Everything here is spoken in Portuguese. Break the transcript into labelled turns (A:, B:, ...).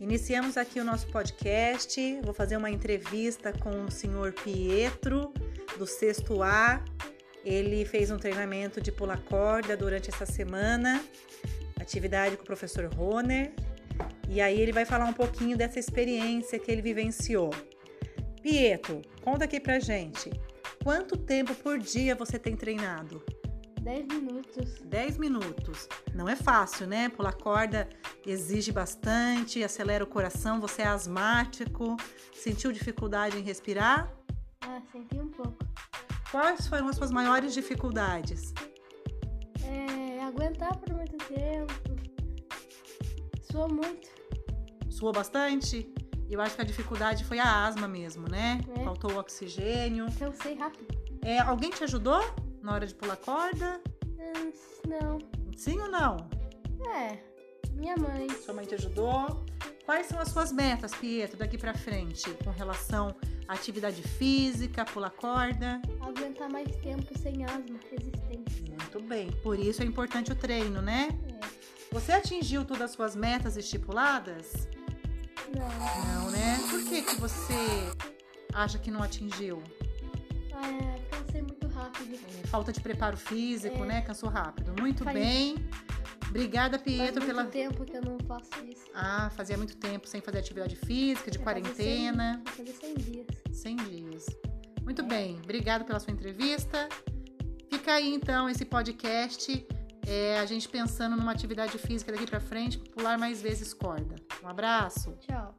A: Iniciamos aqui o nosso podcast. Vou fazer uma entrevista com o senhor Pietro, do sexto A. Ele fez um treinamento de pular corda durante essa semana, atividade com o professor Roner. E aí ele vai falar um pouquinho dessa experiência que ele vivenciou. Pietro, conta aqui pra gente. Quanto tempo por dia você tem treinado?
B: 10 minutos.
A: 10 minutos. Não é fácil, né? Pular corda exige bastante, acelera o coração, você é asmático. Sentiu dificuldade em respirar?
B: Ah, senti um pouco.
A: Quais foram as suas maiores dificuldades?
B: É, aguentar por muito tempo. Suou muito.
A: Suou bastante? Eu acho que a dificuldade foi a asma mesmo, né?
B: É.
A: Faltou o oxigênio.
B: Cansei Então, rápido.
A: É, alguém te ajudou na hora de pular corda?
B: Ah, Não.
A: Sim ou não?
B: É. Minha mãe.
A: Sua mãe te ajudou? Quais são as suas metas, Pietro, daqui pra frente, com relação à atividade física, pular corda?
B: Aguentar mais tempo sem asma, resistência.
A: Muito bem. Por isso é importante o treino, né?
B: É.
A: Você atingiu todas as suas metas estipuladas?
B: Não.
A: Não, né? Por que, que você acha que não atingiu?
B: Ah, É, cansei muito rápido.
A: É, Falta de preparo físico,
B: É.
A: né? Cansou rápido. Muito
B: Faz-
A: bem. Obrigada,
B: Faz
A: Pietro,
B: muito
A: pela.
B: tempo que eu não faço isso.
A: Ah, fazia muito tempo sem fazer atividade física, de
B: Vai fazer
A: quarentena.
B: Vou fazer 100 dias.
A: 100 dias. Muito bem, obrigado pela sua entrevista. Fica aí então esse podcast. é, a gente pensando numa atividade física daqui pra frente, pular mais vezes corda. Um abraço.
B: Tchau.